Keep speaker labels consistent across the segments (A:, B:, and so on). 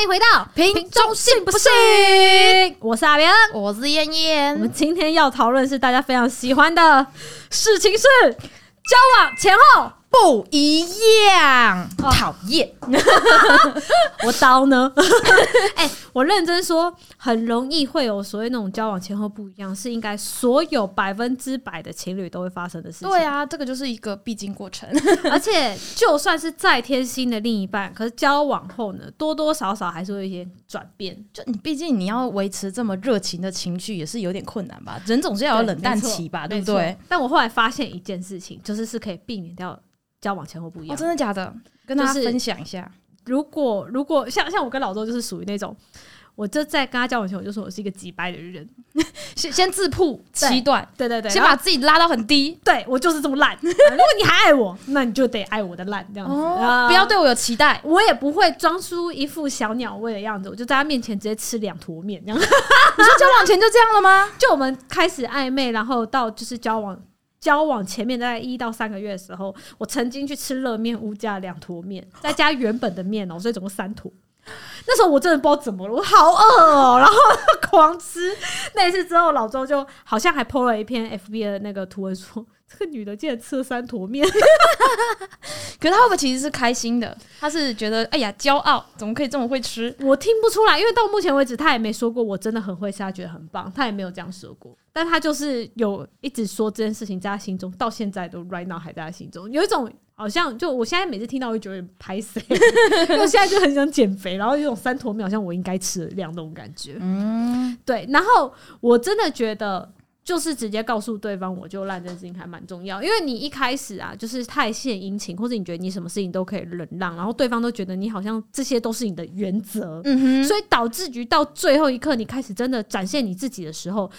A: 迎回到
B: 瓶中信不信？我是阿明，
A: 我是燕
B: 我
A: 燕。
B: 们今天要讨论是大家非常喜欢的事情是交往前后。
A: 不一样，
B: 哦
A: 讨厌、
B: 我刀 呢？哎、我认真说，很容易会有所谓那种交往前后不一样，是应该所有百分之百的情侣都会发生的事情。
C: 对 啊，这个就是一个必经过程。
B: 而且就算是再贴心的另一半，可是交往后呢，多多少少还是会有一些转变。
C: 就你毕竟你要维持这么热情的情绪，也是有点困难吧？人总是要有冷淡期吧，对
B: 没
C: 不
B: 错
C: 对？？
B: 但我后来发现一件事情，就是是可以避免掉交往前后不
C: 哦，
B: 一样。
C: 真的假的？跟大家
B: 就是
C: 分享一下。
B: 如果如果像像我跟老周就是属于那种，我就在跟他交往前我就说我是一个急掰的人，
C: 先先自曝
B: 对
C: 七段，
B: 对对对，
C: 先
B: 然后
C: 把自己拉到很低
B: 对我就是这么烂。 如果你还爱我，那你就得爱我的烂这样子，
C: 哦，
B: 啊
C: 不要对我有期待。
B: 我也不会装出一副小鸟胃的样子，我就在他面前直接吃两坨面，这 样。
C: 你说交往前就这样了吗？
B: 就我们开始暧昧，然后到就是交往。交往前面大概一到三个月的时候，我曾经去吃热面屋加两坨面，再加原本的面哦、所以总共三坨。那时候我真的不知道怎么了，我好饿哦、然后 狂吃。那一次之后，老周就好像还 PO 了一篇 FB 的那个图文说， 这个女的竟然吃了三坨面。
C: 可是他会不会其实是开心的？他是觉得哎呀骄傲，怎么可以这么会吃？
B: 我听不出来，因为到目前为止他也没说过我真的很会吃，他觉得很棒，他也没有这样说过。但他就是有一直说这件事情在他心中，到现在都 right now 还在他心中，有一种好像就我现在每次听到我就觉得有点拍死， 因为我现在就很想减肥，然后有一种三坨面好像我应该吃的量那种感觉。
C: 嗯，
B: 对，然后我真的觉得。就是直接告诉对方，我就烂这件事情还蛮重要，因为你一开始啊，就是太献殷勤，或者你觉得你什么事情都可以忍让，然后对方都觉得你好像这些都是你的原则，
C: 嗯哼，
B: 所以导致局到最后一刻，你开始真的展现你自己的时候，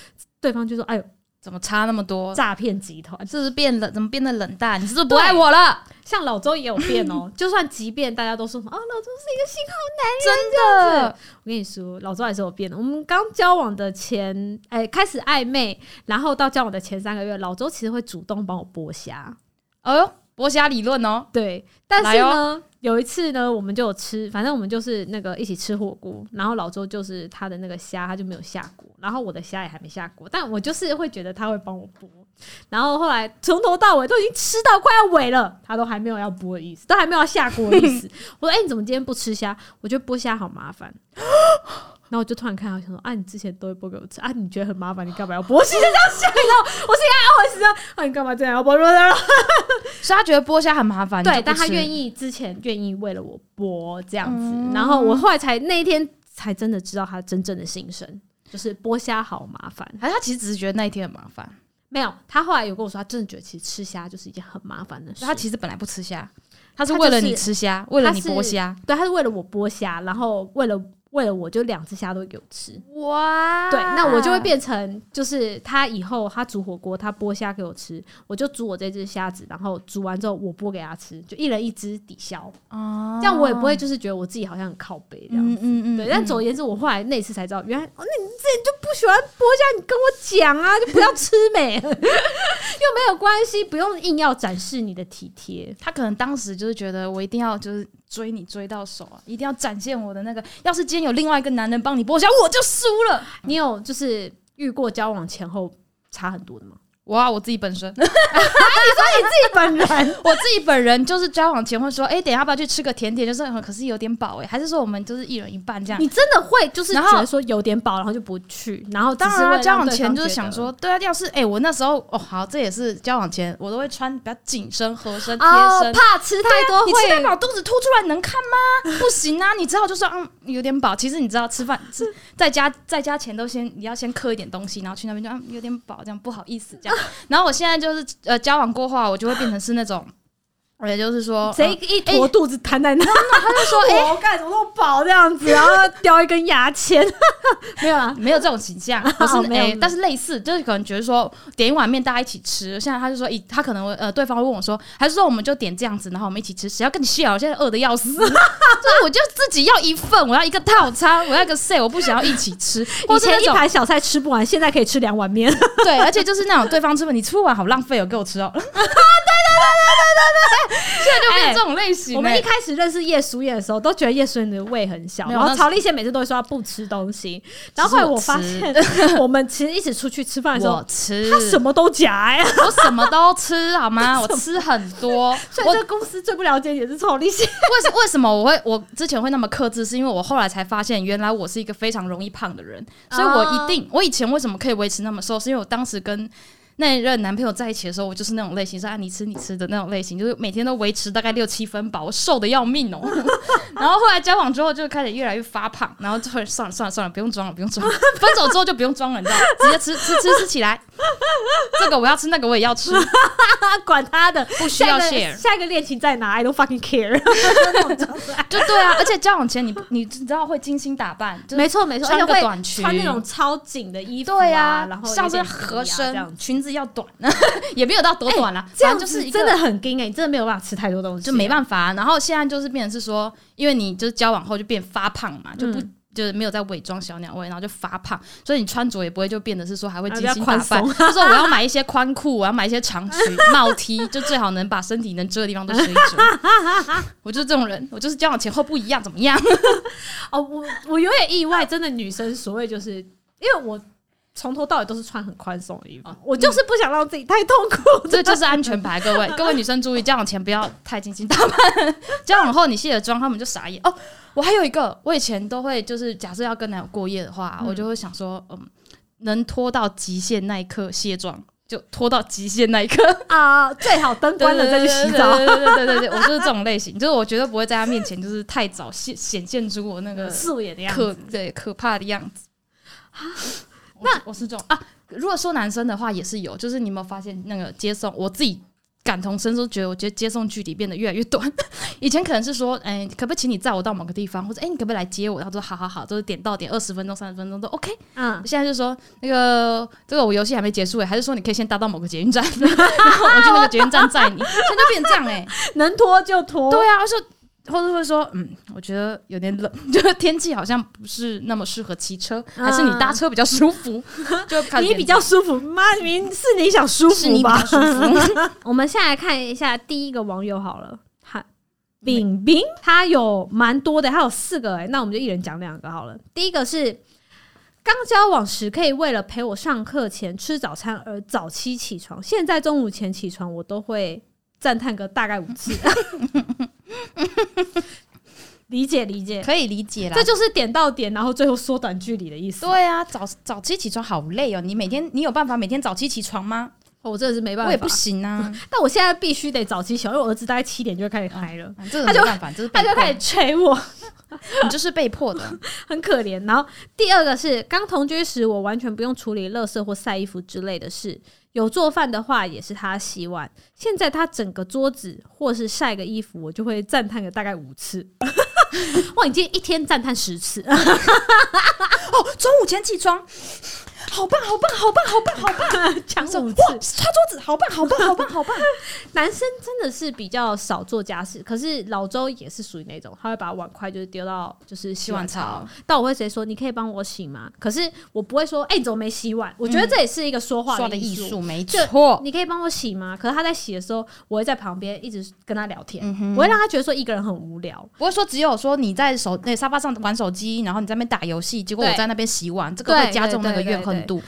B: 对方就说：“哎呦，
C: 怎么差那么多？
B: 诈骗集团。
C: 是不是变冷？怎么变得冷淡？你是不是不爱我了？”
B: 像老周也有变 哦，就算即便大家都说什么啊，老周是一个幸好，
C: 呃
B: 我跟你说，老周还是有变的。我们刚交往的前，哎、开始暧昧，然后到交往的前三个月，老周其实会主动帮我剥虾，
C: 哎呦，剥虾理论哦，
B: 对，但是
C: 来
B: 呢，有一次呢，我们就有吃，反正我们就是那个一起吃火锅，然后老周就是他的那个虾，他就没有下锅，然后我的虾也还没下锅，但我就是会觉得他会帮我剥，然后后来从头到尾都已经吃到快要尾了，他都还没有要剥的意思，都还没有要下锅的 意思。我说：“哎、你怎么今天不吃虾？”我觉得剥虾好麻烦。然后我就突然看到，我想说啊，你之前都会剥给我吃啊，你觉得很麻烦，你干嘛要剥？我心里就这样想，你知道，我心里还 OS 啊，你干嘛这样要剥？
C: 所以他觉得剥虾很麻烦，
B: 对，但他愿
C: 意。
B: 意之前愿意为了我播这样子，
C: 嗯
B: 然后我后来才那一天才真的知道他真正的心声，就是剥虾好麻烦。
C: 还是他其实只是觉得那一天很麻烦，
B: 没有，他后来有跟我说，他真的觉得其实吃虾就是一件很麻烦的事。
C: 他其实本来不吃虾，他是
B: 他就
C: 为了你
B: 是
C: 吃虾，为了你剥虾。
B: 对，他是为了我剥虾，然后为了为了我就两只虾都给我吃。
C: 哇
B: 对，那我就
C: 啊
B: 会变成，就是他以后他煮火锅，他剥虾给我吃，我就煮我这只虾子，然后煮完之后我剥给他吃，就一人一只抵消，
C: 哦，
B: 这样我也不会就是觉得我自己好像很靠背这样子。
C: 嗯
B: 对，但总而言之，我后来那一次才知道，原来哦，那你自己就不喜欢剥虾，你跟我讲啊，就不要吃美， 又没有关系，不用硬要展示你的体贴。
C: 他可能当时就是觉得我一定要就是追你追到手啊，一定要展现我的那个。要是今天有另外一个男人帮你剥虾，我就输了。
B: 你有就是遇过交往前后差很多的吗？
C: 哇，我自己本身，
B: 日本人
C: 我自己本人就是交往前会说，哎、等一下要不要去吃个甜点？就是呃可是有点饱哎、还是说我们就是一人一半这样？
B: 你真的会就是
C: 然后
B: 觉得说有点饱，然后就不去，然后只
C: 当
B: 是
C: 然
B: 为
C: 啊，
B: 了
C: 交
B: 让
C: 往
B: 对
C: 前
B: 方
C: 就
B: 觉
C: 是想
B: 得
C: 说，对啊，要是哎、我那时候哦好，这也是交往前我都会穿比较紧身、合身、贴
B: 哦，
C: 身。
B: 怕吃太多
C: 你吃太
B: 会。
C: 饱，肚子凸出来能看吗？不行啊！你只好就说，嗯，有点饱。其实你知道，吃饭吃在家在家前都先你要先嗑一点东西，然后去那边就嗯有点饱，这样不好意思这样。然后我现在就是呃交往过后啊，我就会变成是那种，也就是说，
B: 谁一坨肚子摊在那，他就说：“哎，干什么那么饱这样 子？”然后叼一根牙签， 没有啊，
C: 没有这种形象，不是
B: 哦没有
C: 哎、
B: 没有
C: 但是类似，就是可能觉得说点一碗面大家一起吃，现在他就说，咦，他可能会呃，对方会问我说，还是说我们就点这样子，然后我们一起吃，谁要跟你 share？我现在饿的要 死，就是我就自己要一份，我要一个套餐，我要一个 set，我不想要一起吃，或
B: 以
C: 是那
B: 前一
C: 种
B: 盘小菜吃不完，现在可以吃两碗面。
C: 对，而且就是那种对方吃完你出完好浪费哦，给我吃哦，在就变这种类型欸。
B: 哎我们一开始认识叶淑燕的时候，都觉得叶淑燕的胃很小，
C: 没有
B: 然后
C: 那
B: 曹立宪每次都会说她不吃东西，然后后来我发现，我们其实一起出去吃饭的时候
C: 我，吃，
B: 她什么都夹呀、
C: 我什么都吃好吗？我吃很多，
B: 所以
C: 我
B: 这个公司最不了解也是曹立宪，
C: 为为什么我会我之前会那么克制，是因为我后来才发现，原来我是一个非常容易胖的人，所以我一定、我以前为什么可以维持那么瘦，是因为我当时跟那一任男朋友在一起的时候，我就是那种类型，是啊你吃你吃的那种类型，就是每天都维持大概六七分饱，我瘦的要命哦。然后后来交往之后就开始越来越发胖，然后就会算了算了算了，不用装了不用装了，分手之后就不用装了，你知道，直接吃 吃吃吃起来，这个我要吃那个我也要吃，
B: 管他 的，
C: 不需
B: 下
C: 要
B: 一
C: share
B: 个。下一个恋情在哪？I don't fucking care 那种状态。
C: 就对啊，而且交往前你不你知道会精心打扮，就是
B: 没错没错，
C: 穿
B: 而且
C: 个
B: 会
C: 短裙
B: 穿那种超紧的衣服、
C: 对
B: 呀、
C: 呀、
B: 然后有
C: 上身
B: 点皮啊
C: 合
B: 这
C: 身，
B: 样子，哎
C: 裙子要短， 也没有到多短啦，
B: 这样
C: 反正就是一个
B: 真的很硬哎、你真的没有办法吃太多东西，啊
C: 就没办法、啊然后现在就是变成是说，因为你就是交往后就变发胖嘛，就
B: 嗯
C: 不。就是没有在伪装小鸟胃，然后就发胖，所以你穿着也不会就变得是说还会
B: 啊
C: 精
B: 比较
C: 心打扮，
B: 宽
C: 就说我要买一些宽裤，我要买一些长 裙、帽 T，就最好能把身体能遮的地方都遮一遮。我就是这种人，我就是交往前后不一样，怎么样？
B: 哦。我我有点意外，真的女生所谓就是因为我。从头到尾都是穿很宽松的衣服，哦我就是不想让自己太痛苦。
C: 这就是安全牌，各位各位女生注意，交往前不要太精心打扮，交往后你卸了妆，他们就傻眼哦。我还有一个，我以前都会就是假设要跟男友过夜的话，我就会想说，嗯，能拖到极限那一刻卸妆。就拖到极限那一刻，
B: 啊，最好灯关了再去洗澡。
C: 对对对对对对，我就是这种类型，就是我绝对不会在他面前就是太早显显现出我那个
B: 素颜的样
C: 可
B: 子，
C: 对可怕的样子。啊那我是这种啊，如果说男生的话也是有，就是你有没有发现那个接送，我自己感同身受，觉得我觉得接送距离变得越来越短。 以前可能是说，哎、可不可以请你载我到某个地方，或者哎、你可不可以来接我？他说好好好，就是点到点，二十分钟、三十分钟都 OK。
B: 嗯，
C: 现在就说那个这个我游戏还没结束哎、还是说你可以先搭到某个捷运站， 然后我去那个捷运站载你，现在就变成这样哎、
B: 能拖就拖。
C: 对啊，而且或者会说，嗯，我觉得有点冷， 就是天气好像不是那么适合骑车，还是你搭车比较舒 服，就开始
B: 嗯你比较舒服，妈明是你想舒
C: 是你比
B: 服
C: 较
B: 吧？
C: 舒 服，
B: 我们先来看一下第一个网友好了，哈，饼饼，他有蛮多的，他有四个哎、那我们就一人讲两个好了。第一个是刚交往时可以为了陪我上课前吃早餐而早期起床，现在中午前起床我都会赞叹个大概五次， 理解理解，
C: 可以理解啦
B: 这。就是点到点，然后最后缩短距离的意思。
C: 对啊，早早期起床好累哦。你每天你有办法每天早期起床吗？
B: 我真的是没办
C: 我
B: 法，
C: 也不行 啊，
B: 但我现在必须得早起起来，因为我儿子大概七点就会开始开了，
C: 啊这个
B: 他
C: 没
B: 就
C: 办法，这是
B: 他
C: 被
B: 就
C: 迫
B: 开始哦催我。
C: 你就是被迫 的。
B: 很可怜。然后第二个是刚同居时，我完全不用处理垃圾或晒衣服之类的事。有做饭的话，也是他洗碗。现在他整个桌子或是晒个衣服，我就会赞叹个大概五次。 我已经一天赞叹十次，
C: 哦，中午前起床，
B: 嗯
C: 好棒，好棒，好棒，好棒，好棒！
B: 抢五
C: 哇，
B: 次。
C: 擦桌子，好棒，好棒，好 棒，好棒！
B: 男生真的是比较少做家事，可是老周也是属于那种，他会把碗筷就是丢到就是洗碗
C: 洗
B: 槽
C: 碗。
B: 但我会直接说：“你可以帮我洗吗？”可是我不会说：“哎、你怎么没洗碗？”我觉得这也是一个嗯说话
C: 说
B: 的
C: 的
B: 艺
C: 艺
B: 术。
C: 术没
B: 就
C: 错，
B: 你可以帮我洗吗？可是他在洗的时候，我会在旁边一直跟他聊
C: 嗯
B: 天，我会让他觉得说一个人很无聊。
C: 不会说只有说你在手那、沙发上玩手机，然后你在那边打游戏，结果
B: 对
C: 我在那边洗碗，这个会加重那个怨恨度。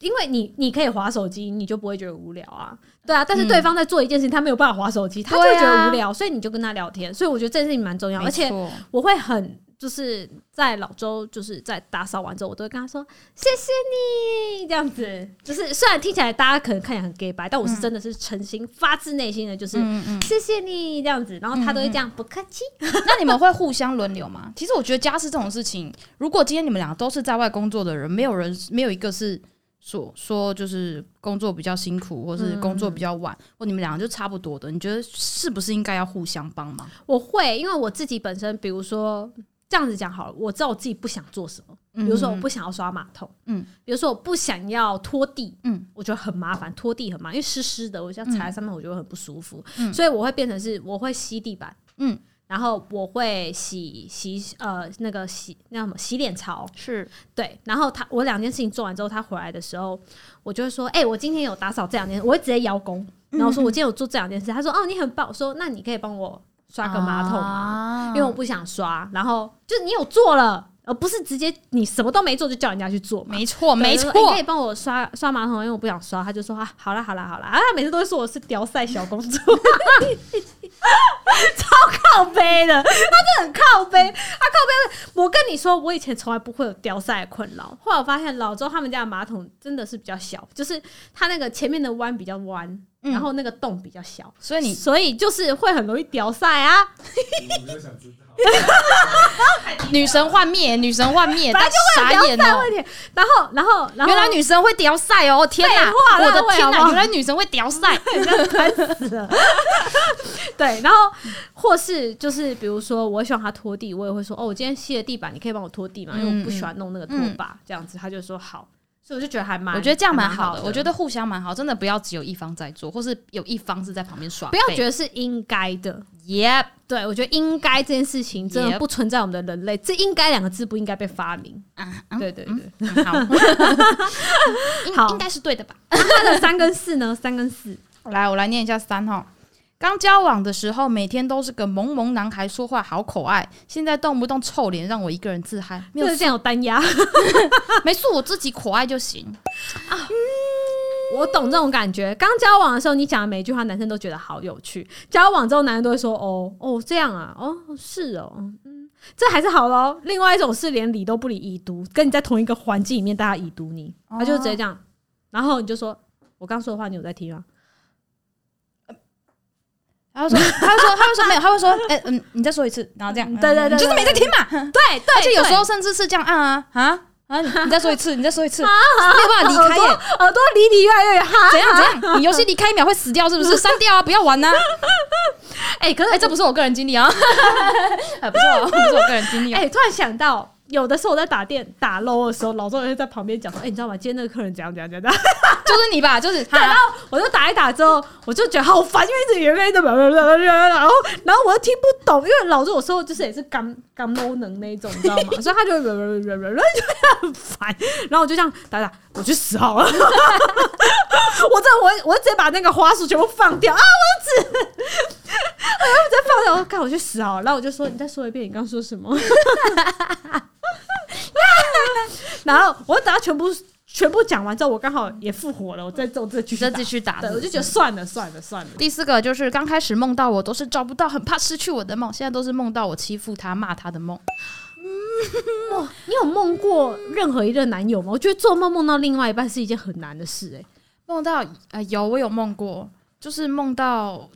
B: 因为你你可以划手机，你就不会觉得无聊啊，对啊。但是对方在做一件事情，他没有办法划手机，他就会觉得无聊，所以你就跟他聊天。所以我觉得这件事情蛮重要，而且
C: 啊没错
B: 我会很就是在老周就是在打扫完之后，我都会跟他说谢谢你这样子。就是虽然听起来大家可能看起来很 gay 白，但我是
C: 嗯
B: 真的是诚心、发自内心的，就是、谢谢你这样子。然后他都会这样、不客气。
C: 那你们会互相轮流吗？其实我觉得家事这种事情，如果今天你们两个都是在外工作的人，没有人没有一个是说说就是工作比较辛苦，或是工作
B: 嗯
C: 比较晚，或你们两个就差不多的，你觉得是不是应该要互相帮忙？
B: 我会，因为我自己本身，比如说这样子讲好了，我知道我自己不想做什么。比如说，我不想要刷马桶，
C: 嗯
B: 嗯，比如说我不想要拖地，
C: 嗯
B: 嗯，我觉得很麻烦，拖地很麻烦，因为湿湿的，我这样踩在上面，我觉得很不舒服，所以我会变成是，我会吸地板，
C: 嗯
B: 嗯，然后我会洗洗呃那个洗那叫什么洗脸槽，
C: 是
B: 对，然后他我两件事情做完之后，他回来的时候，我就会说，哎、我今天有打扫这两件，我会直接邀功，然后我说我今天有做这两件事，他说哦你很棒，我说那你可以帮我刷个马桶吗？
C: 啊
B: 因为我不想刷，然后就你有做了，而不是直接你什么都没做就叫人家去做嘛。
C: 没错，
B: 对
C: 没
B: 就
C: 错
B: 说，哎你可以帮我刷刷马桶，因为我不想刷。他就说啊，好啦好啦好啦，啊，他每次都会说我是屌赛小公主， 超靠背的，他就很靠背，他靠背。我跟你说，我以前从来不会有屌赛的困扰，后来我发现老周他们家的马桶真的是比较小，就是它那个前面的弯比较弯，
C: 嗯
B: 然后那个洞比较小，
C: 所 以你
B: 所以就是会很容易屌赛啊。
D: 我没有想知道。
C: 女神幻灭，女神幻灭，
B: 本来
C: 大
B: 屌
C: 傻眼
B: 赛
C: 哦！
B: 问题，然后然后然后
C: 原来女生会屌赛哦！天哪，
B: 废话啦
C: 我的天
B: 会好不好
C: 哪，原来女生会屌赛，
B: 对，然后或是就是比如说，我喜欢他拖地，我也会说哦，我今天吸了地板，你可以帮我拖地嘛，因为
C: 嗯
B: 我不喜欢弄那个拖把，这样子他就说好，所以我就觉得还蛮，
C: 我觉得这样蛮好
B: 好
C: 的，我觉得互相蛮好，真的不要只有一方在做，或是有一方是在旁边耍
B: 不
C: 废，
B: 要觉得是应该的。
C: ，Yep，
B: 对，我觉得应该这件事情真的
C: Yep
B: 不存在我们的人类，这“应该”两个字不应该被发明。
C: 啊，
B: 对对对，
C: 嗯好，
B: 好
C: 应应该是对的吧？
B: 那的三跟四呢？三跟四，
C: 来，我来念一下三哈。刚交往的时候，每天都是个萌萌男孩，说话好可爱。现在动不动臭脸，让我一个人自嗨。没
B: 就
C: 有
B: 是这样有单压，
C: 没事，我自己可爱就行。
B: 我懂这种感觉。刚交往的时候，你讲的每一句话，男生都觉得好有趣。交往之后，男人都会说：“哦，哦，这样啊，哦，是哦，嗯，这还是好咯。”另外一种是连理都不理已读，跟你在同一个环境里面，大家已读你，
C: 哦
B: 他就直接这样，然后你就说：“我刚说的话，你有在听吗
C: 他会说，他会说，他会说没有，他会说，哎、嗯，你再说一次，然后这样，
B: 嗯对对对
C: 你就是没在听嘛。？”
B: 对对，
C: 而且有时候
B: 对
C: 甚至是这样按啊啊啊，你你再说一次，你再说一次，没有办法离开耶。
B: 耳朵离你越来越远。哈
C: 怎样怎样？你游戏离开一秒会死掉是不 是？删掉啊，不要玩呐、啊！
B: 哎、可是
C: 哎、这不是我个人经历啊， 哎，不错哦，不是我个人经历、啊
B: 哎、。突然想到，有的时候我在打电打 low 的时候，老周也会在旁边讲说：“哎、你知道吗？今天那个客人怎样怎样怎样。”
C: 就是你吧，就是
B: 对，然
C: 他。
B: 后我就打一打之后，我就觉得好烦，因为一直原来的然后然后我又听不懂，因为老子有时候就是也是刚刚 low 能那一种，你知道吗？所以他就会就很烦，然后我就这样打打，我去死好了，我这我我直接把那个花束全部放掉啊，我的纸，我直接放掉，我看我去死好了，然后我就说你再说一遍，你刚说什么？然后我等他全部全部讲完之后，我刚好也复活了，我再我再继
C: 你
B: 续
C: 再
B: 打
C: 继续打
B: 对，
C: 字，
B: 我就觉得算了算了算了。
C: 第四个就是刚开始梦到我都是找不到，很怕失去我的梦，现在都是梦到我欺负他、骂他的梦。
B: 你有梦过任何一任男友吗？我觉得做梦梦到另外一半是一件很难的事、哎，
C: 梦到呃有我有梦过，就是梦到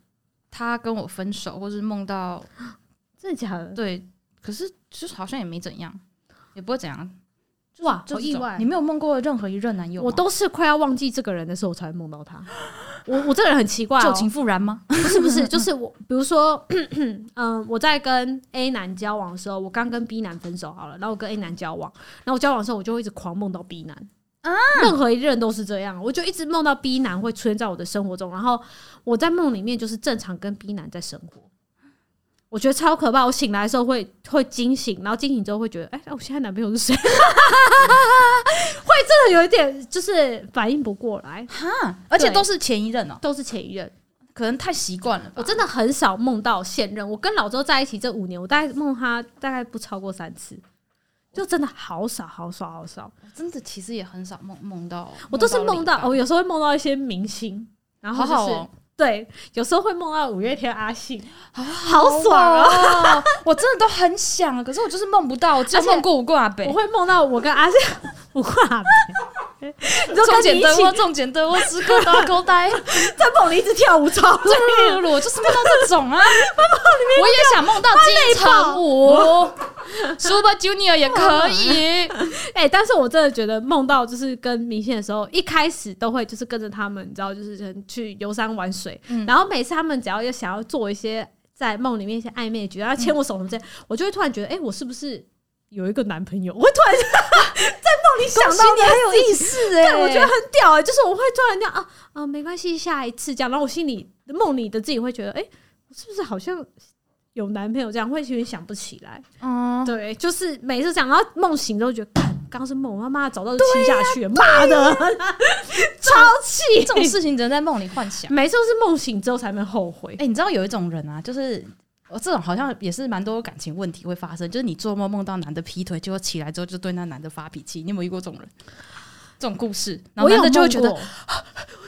C: 他跟我分手，或是梦到
B: 真的假的？
C: 对，可是就是好像也没怎样，也不会怎样，
B: 哇，
C: 就
B: 好
C: 是
B: 意
C: 这种
B: 外
C: 你！没有梦过任何一任男友吗？
B: 我都是快要忘记这个人的时候，我才会梦到他。我我这个人很奇怪、
C: 旧
B: 哦，
C: 情复燃吗？
B: 不是不是， 就是我，比如说， 嗯，我在跟 A 男交往的时候，我刚跟 B 男分手好了，然后我跟 A 男交往，然后我交往的时候，我就会一直狂梦到 B 男。任何一任都是这样，我就一直梦到 B 男会出现在我的生活中，然后我在梦里面就是正常跟 B 男在生活，我觉得超可怕。我醒来的时候会会惊醒，然后惊醒之后会觉得，哎、那我现在男朋友是谁？ 会真的有一点就是反应不过来，
C: 哈，而且
B: 对
C: 都是前一任哦，
B: 都是前一任。
C: 可能太习惯了吧。
B: 我真的很少梦到现任。我跟老周在一起这五年，我大概梦他大概不超过三次，就真的好少好少好少。
C: 我真的其实也很少梦梦到，
B: 我都是梦
C: 另一
B: 到，哦
C: 半
B: 我有时候会梦到一些明星，然
C: 好
B: 后就是
C: 好哦。
B: 对，有时候会梦到五月天阿信，
C: 好哦
B: 好爽啊！
C: 啊！ 我真的都很想，可是我就是梦不到，我只有梦过五挂北
B: 我。会梦到我跟阿信 不挂北，你就
C: 重
B: 跟
C: 点
B: 你一
C: 的
B: 起
C: 我，重点的我，时刻都勾呆。
B: 在棚里一直跳舞超累。
C: 例 如，我就是梦到这种 啊，我也想梦到金城武，Super Junior 也可 以。
B: 哎、但是我真的觉得梦到就是跟明星的时候，一开始都会就是跟着他们，你知道，就是去游山玩水。
C: 嗯
B: 然后每次他们只要又想要做一些在梦里面一些暧昧的举动，然后牵我手什么之类，我就会突然觉得，哎、我是不是有一个男朋友？我会突然 在梦里想到
C: 恭喜你很有意思哎
B: 对，我觉得很屌哎、就是我会突然这样啊啊，没关系，下一次这样。然后我心里梦里的自己会觉得，哎、我是不是好像有男朋友？这样会有点想不起来。
C: 嗯，
B: 对，就是每次讲到梦醒之后，觉得干刚刚是梦，我他妈早知道就亲下去，妈的，
D: 啊
B: 超气！
C: 这种事情只能在梦里幻想。
B: 每次都是梦醒之后才能后悔
D: 哎、。你知道有一种人啊，就是我这种好像也是蛮多感情问题会发生，就是你做梦梦到男的劈腿，结果起来之后就对那男的发脾气。你有没有遇过这种人？这种故事，然后
B: 我有
D: 男的就会觉得
B: 梦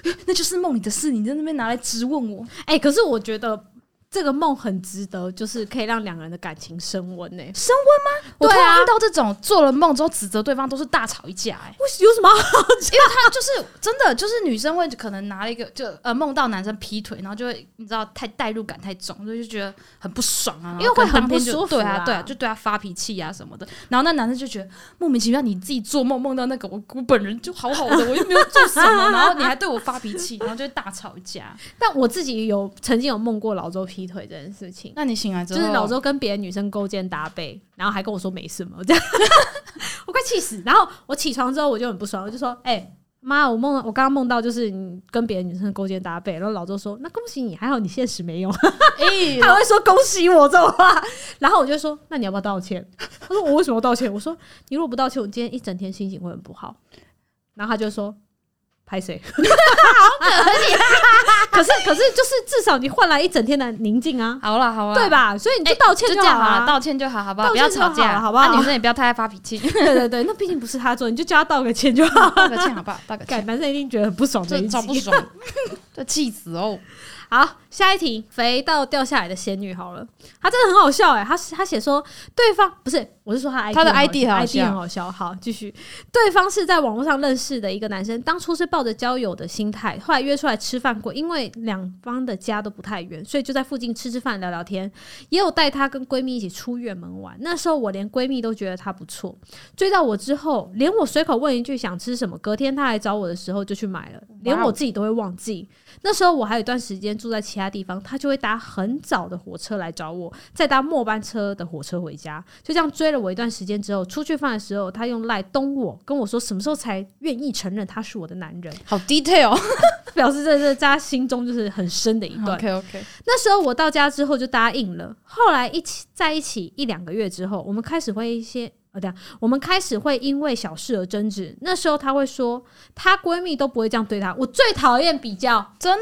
B: 过
D: 那就是梦里的事，你在那边拿来质问我。
B: 哎、可是我觉得这个梦很值得，就是可以让两个人的感情升温呢、
C: 我
B: 对啊
C: 突然遇到这种做了梦之后指责对方，都是大吵一架、哎，
B: 为有什么好？
C: 他就是真的，就是女生会可能拿了一个就呃梦到男生劈腿，然后就会你知道太代入感太重，所以就觉得很不爽啊，
B: 因
C: 然
B: 为会
C: 后可能
B: 很
C: 当天就
B: 不舒服
C: 对
B: 啊
C: 啊，对啊，就对他发脾气啊什么的。然后那男生就觉得莫名其妙，你自己做梦梦到那个我我本人就好好的，我又没有做什 么，然后你还对我发脾气，然后就会大吵架。
B: 但我自己有曾经有梦过老周劈腿这件事情，
D: 那你醒来之
B: 就
D: 后，
B: 是老周跟别的女生勾肩搭背，然后还跟我说没什么， 这样我快气死。然后我起床之后我就很不爽，我就说：“哎、妈，我梦我刚刚梦到就是你跟别的女生勾肩搭背。”然后老周说：“那恭喜你，还好你现实没 有。”
C: 哎、
B: 他会说恭喜我这种话，然后我就说那你要不要道歉？他说我为什么要道歉？我说你如果不道歉，我今天一整天心情会很不好。然后他就说拍 谁？好 可惜。可是可是就是至少你换来一整天的宁静啊，
C: 好啦好啦，
B: 对？吧？所以你就
C: 哎
B: 道歉
C: 就这
B: 就
C: 样
B: 好啊
C: 好
B: 了
C: 了，。道歉就好，好不好？
B: 道
C: 不
B: 歉
C: 要
B: 就好
C: 吵架，
B: 好不好
C: 啊女生也不要太爱发脾 气，
B: 对对对，那毕竟不是他做，你就叫他道个歉就好。
C: 道个歉好不好？道个
B: 感
C: 歉，
B: 男生一定觉得很不爽的
C: 这
B: 一
C: 超不
B: 集。
C: 爽， 这气死哦！
B: 好，下一题，肥到掉下来的仙女好了，她真的很好笑哎、她她写说对方不是，我是说她 ID
D: 她的
B: 很好
D: ID 很好
B: ID
D: 笑
B: 很好笑。好，继续，对方是在网络上认识的一个男生，当初是抱着交友的心态，后来约出来吃饭过，因为两方的家都不太远，所以就在附近吃吃饭聊聊天，也有带她跟闺蜜一起出远门玩。那时候我连闺蜜都觉得她不错，追到我之后，连我随口问一句想吃什么，隔天她来找我的时候就去买了，连我自己都会忘记。那时候我还有一段时间住在其他地方，他就会搭很早的火车来找我，再搭末班车的火车回家。就这样追了我一段时间之后，出去饭的时候，他用赖东我，跟我说什么时候才愿意承认他是我的男人，
D: 好 detail 哦。
B: 表示这是在他心中就是很深的一段。
D: OK OK，
B: 那时候我到家之后就答应了，后来一起在一起一两个月之后，我们开始会一些呃，对啊，我们开始会因为小事而争执。那时候她会说，她闺蜜都不会这样对她，我最讨厌比较。
C: 真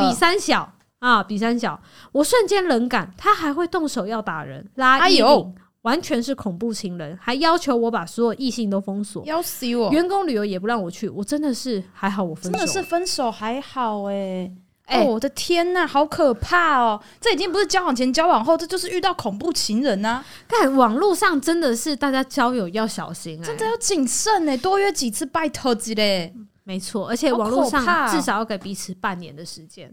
C: 的
B: 比三小啊，比三小，我瞬间冷感，他还会动手要打人，拉
D: 哎
B: 衣领，
D: 呦
B: 完全是恐怖情人，还要求我把所有异性都封锁，
D: 要死我！
B: 员工旅游也不让我去，我真的是还好我分
D: 真
B: 手，
D: 的是分手还好哎、
B: 哎
D: 哦，我的天呐，好可怕哦！这已经不是交往前、交往后，这就是遇到恐怖情人啊呐、
B: 看网络上真的是大家交友要小心、哎，
D: 真的要谨慎哎、多约几次拜托之嘞。
B: 没错，而且
D: 好
B: 网络
D: 可
B: 上
D: 怕哦
B: 至少要给彼此半年的时间，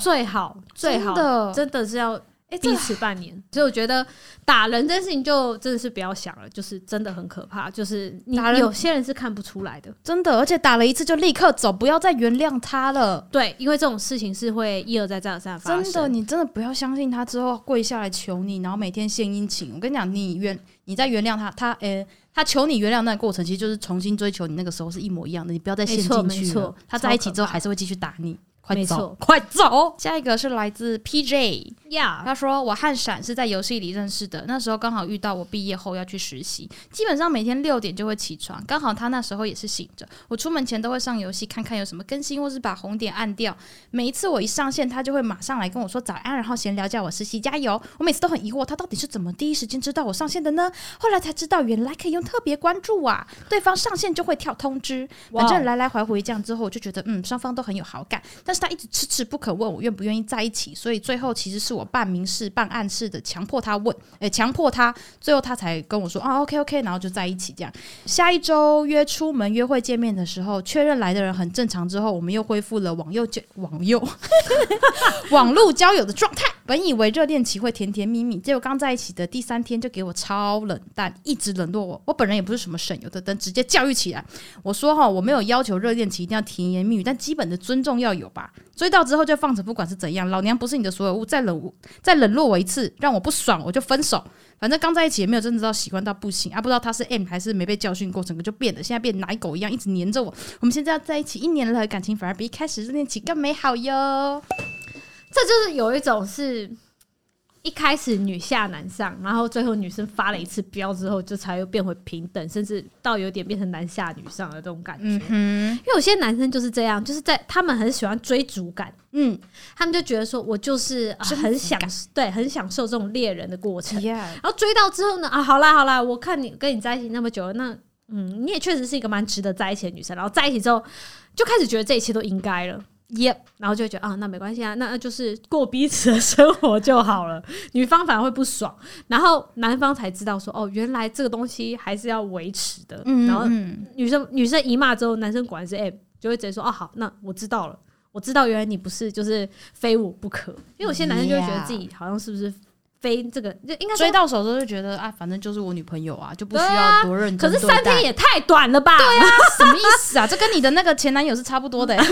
B: 最好最好
D: 真的哦
B: 真的是要。
D: 哎、这
B: 彼此半年，所以我觉得打人这件事情就真的是不要想了，就是真的很可怕，就是你
D: 打人
B: 有些人是看不出来的，
D: 真的，而且打了一次就立刻走，不要再原谅他了。
B: 对，因为这种事情是会一而再再而三地发生。
D: 真的，你真的不要相信他之后跪下来求你，然后每天献殷勤。我跟你讲，你原你在原谅他，他诶、他求你原谅那个过程，其实就是重新追求你那个时候是一模一样的，你不要再陷
B: 没错
D: 进去
B: 没
D: 了。
B: 错
D: 他在一起之后还是会继续打你，快
B: 没
D: 走
B: 错，
D: 快走！
C: 下一个是来自 PJ，
B: 呀，
C: 他说我和闪是在游戏里认识的，那时候刚好遇到我毕业后要去实习，基本上每天六点就会起床，刚好他那时候也是醒着，我出门前都会上游戏看看有什么更新，或是把红点按掉。每一次我一上线，他就会马上来跟我说早安，然后闲聊叫我实习加油。我每次都很疑惑，他到底是怎么第一时间知道我上线的呢？后来才知道原来可以用特别关注啊，对方上线就会跳通知，
B: 哇
C: 反正来来回回这样之后，我就觉得嗯，双方都很有好感，但是他一直迟迟不肯问我愿不愿意在一起，所以最后其实是我半明示半暗示的强迫他问，诶、强迫他，最后他才跟我说啊，OK OK，然后就在一起这样。下一周约出门约会见面的时候，确认来的人很正常之后，我们又恢复了网友交网友 网络交友的状态。本以为热恋期会甜甜蜜蜜，结果刚在一起的第三天就给我超冷淡，一直冷落我。我本人也不是什么省油的灯，直接教育起来。我说哈，我没有要求热恋期一定要甜言蜜语，但基本的尊重要有吧。追到之后就放着，不管是怎样，老娘不是你的所有物，再冷我再冷落我一次，让我不爽，我就分手。反正刚在一起也没有真的到喜欢到不行啊，不知道他是 M 还是没被教训过，整个就变了，现在变奶狗一样，一直黏着我。我们现在要在一起一年了，感情反而比一开始热恋期更美好哟。
B: 这就是有一种是一开始女下男上，然后最后女生发了一次飙之后，就才又变回平等，甚至到有点变成男下女上的这种感觉。
C: 嗯
B: 因为有些男生就是这样，就是在他们很喜欢追逐感，
C: 嗯
B: 他们就觉得说我就是、呃很享对很享受这种猎人的过程。
C: 嗯
B: 然后追到之后呢，啊，好啦好啦，我看你跟你在一起那么久了，那嗯，你也确实是一个蛮值得在一起的女生。然后在一起之后，就开始觉得这一切都应该了。Yep，然后就会觉得啊，那没关系啊，那那就是过彼此的生活就好了。女方反而会不爽，然后男方才知道说哦，原来这个东西还是要维持的。
C: 嗯，
B: 然后
C: 嗯
B: 女生女生一骂之后，男生果然是 M，就会直接说哦好，那我知道了，我知道原来你不是就是非我不可，因为有些男生就会觉得自己好像是不是非这个，就应该说
C: 追到手之后就觉得啊，反正就是我女朋友啊，就不需
B: 对
C: 要
B: 啊
C: 多认真
B: 可
C: 对待。
B: 是三天也太短了吧？对啊，
C: 什么意思啊？这跟你的那个前男友是差不多的、欸。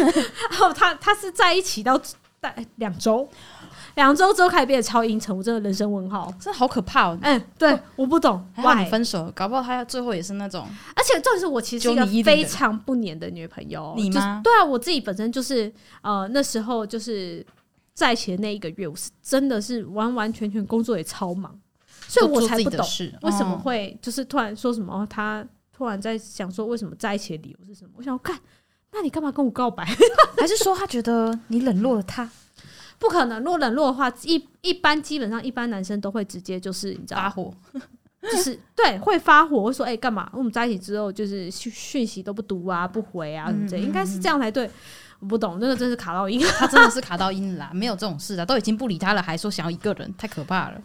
B: 然后 他他是在一起到大概两周，两周之后开始变得超阴沉，我真的人生问号。
C: 真的好可怕哦！
B: 嗯，对，我不懂
C: 还好你
B: why，
C: 分手，搞不好他最后也是那种
B: 而且重点是我其实是一
C: 揪
B: 个
C: 你一定的
B: 非常不粘的女朋友，
C: 你吗
B: 就是对啊，我自己本身就是呃那时候就是在一起的那一个月，我是真的是完完全全工作也超忙，所以我才不懂为什么
C: 嗯
B: 会就是突然说什么、哦他突然在想说为什么在一起的理由是什么？我想我看，那你干嘛跟我告白？
C: 还是说他觉得你冷落了他，
B: 不可能，如果冷落的话，一一般基本上一般男生都会直接就是你知
C: 发
B: 道，
C: 火？
B: 就是对会发火，会说哎干、嘛？我们在一起之后就是讯讯息都不读啊，不回啊什
C: 嗯
B: 么之类，应该是这样才对。我不懂，那个真是卡到音。
C: 他真的是卡到音了啦，没有这种事的，啊都已经不理他了，还说想要一个人，太可怕了。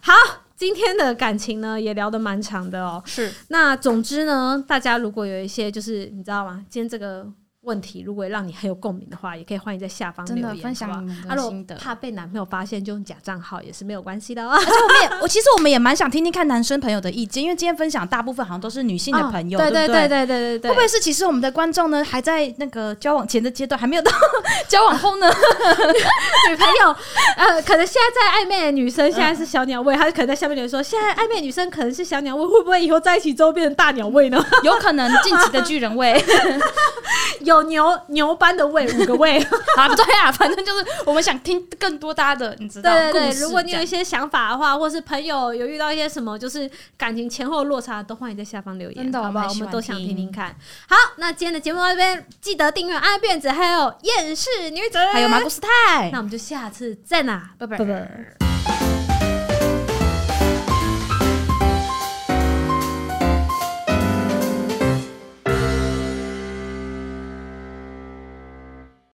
B: 今天的感情呢也聊得蛮长的哦。
C: 是
B: 那总之呢，大家如果有一些就是你知道吗？今天这个问题如果让你很有共鸣的话，也可以欢迎在下方
C: 真
B: 留
C: 的
B: 言
C: 分享
B: 好不
C: 你
B: 好
C: 们
B: 啊，
C: 的
B: 如果
C: 心得。
B: 怕被男朋友发现，就用假账号也是没有关系的哦。
C: 而且我们也，我其实我们也蛮想听听看男生朋友的意见，因为今天分享大部分好像都是女性的朋友，
B: 哦 对
C: 对不
B: 对对对对对，
C: 会不会是其实我们的观众呢还在那个交往前的阶段，还没有到 交往后呢？
B: 女朋友，呃，可能现在在暧昧的女生现在是小鸟胃，她可能在下面留言说，现在暧昧的女生可能是小鸟胃，会不会以后在一起之后变成大鸟胃呢？
C: 有可能近期的巨人味
B: 有牛牛般的胃，五个 胃。
C: 啊，不对啊，反正就是我们想听更多大家的，你知道？
B: 对对
C: 故
B: 对，
C: 事
B: 如果你
C: 这
B: 有
C: 样
B: 一些想法的话，或是朋友有遇到一些什么就是感情前后落差，都欢迎在下方留言，
C: 真的
B: 好不好？
C: 我
B: 我
C: 们
B: 们都想
C: 喜欢
B: 听
C: 听
B: 听看。好，那今天的节目到这边，记得订阅阿辫子，还有厌世女子，
C: 还有马古斯泰
B: 那，我们就下次再见啦，
C: 拜
B: 拜拜。